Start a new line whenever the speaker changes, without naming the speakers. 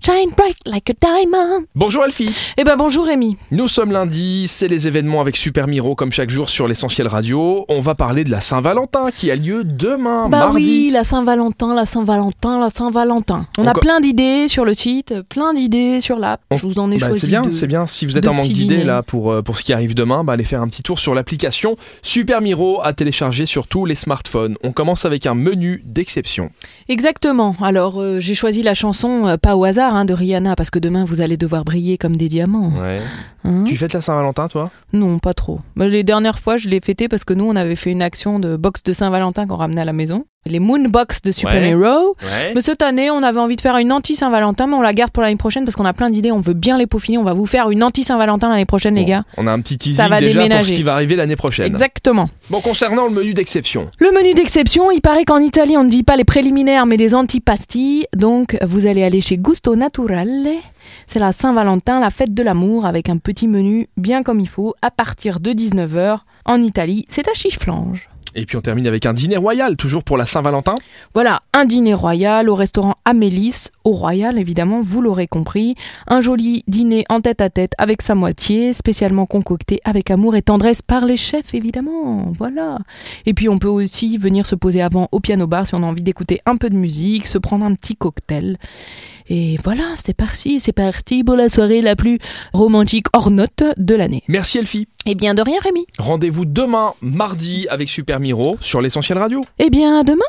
Shine bright like a diamond.
Bonjour Elfie
Eh ben bonjour Rémi.
Nous sommes lundi, c'est les événements avec Super Miro comme chaque jour sur l'essentiel radio. On va parler de la Saint-Valentin qui a lieu demain,
bah
Oh, mardi.
oui, la Saint-Valentin, la Saint-Valentin, la Saint-Valentin. On a
Encore-
plein d'idées sur le site, plein d'idées sur l'app.
On-
Je vous en ai
Bah,
choisi
c'est bien,
deux.
c'est bien. Si vous êtes
deux
en manque
petits
d'idées
dîners.
là pour, euh, pour ce qui arrive demain, bah, allez faire un petit tour sur l'application Super Miro à télécharger sur tous les smartphones. On commence avec un menu d'exception.
Exactement. Alors euh, j'ai choisi la chanson euh, pas au hasard hein, de Rihanna parce que demain vous allez devoir briller comme des diamants. hein.
Tu fêtes la Saint-Valentin toi
Non, pas trop. Mais les dernières fois, je l'ai fêté parce que nous, on avait fait une action de box de Saint-Valentin qu'on ramenait à la maison. Les Moonbox de Super
Ouais.
Hero.
Ouais.
Mais cette année, on avait envie de faire une anti-Saint-Valentin, mais on la garde pour l'année prochaine parce qu'on a plein d'idées. On veut bien les peaufiner. On va vous faire une anti-Saint-Valentin l'année prochaine, les
Bon,
gars.
On a un petit teasing
Ça va
déjà pour ce
déménager.
qui va arriver l'année prochaine.
Exactement.
Bon, concernant le menu d'exception,
Le menu d'exception, il paraît qu'en Italie, on ne dit pas les préliminaires, mais les antipastilles. Donc, vous allez aller chez Gusto Naturale. C'est la Saint-Valentin, la fête de l'amour, avec un petit menu bien comme il faut, à partir de 19h en Italie. C'est à Chifflange.
et puis on termine avec un dîner royal, toujours pour la Saint-Valentin.
Voilà, un dîner royal au restaurant Amélis, au Royal évidemment, vous l'aurez compris. Un joli dîner en tête à tête avec sa moitié, spécialement concocté avec amour et tendresse par les chefs évidemment. Voilà. Et puis on peut aussi venir se poser avant au piano bar si on a envie d'écouter un peu de musique, se prendre un petit cocktail. Et voilà, c'est parti, c'est parti pour la soirée la plus romantique hors note de l'année.
Merci Elfie.
Et Eh bien de rien Rémi.
Rendez-vous demain, mardi, avec Super Miro sur l'essentiel radio.
Eh bien à demain.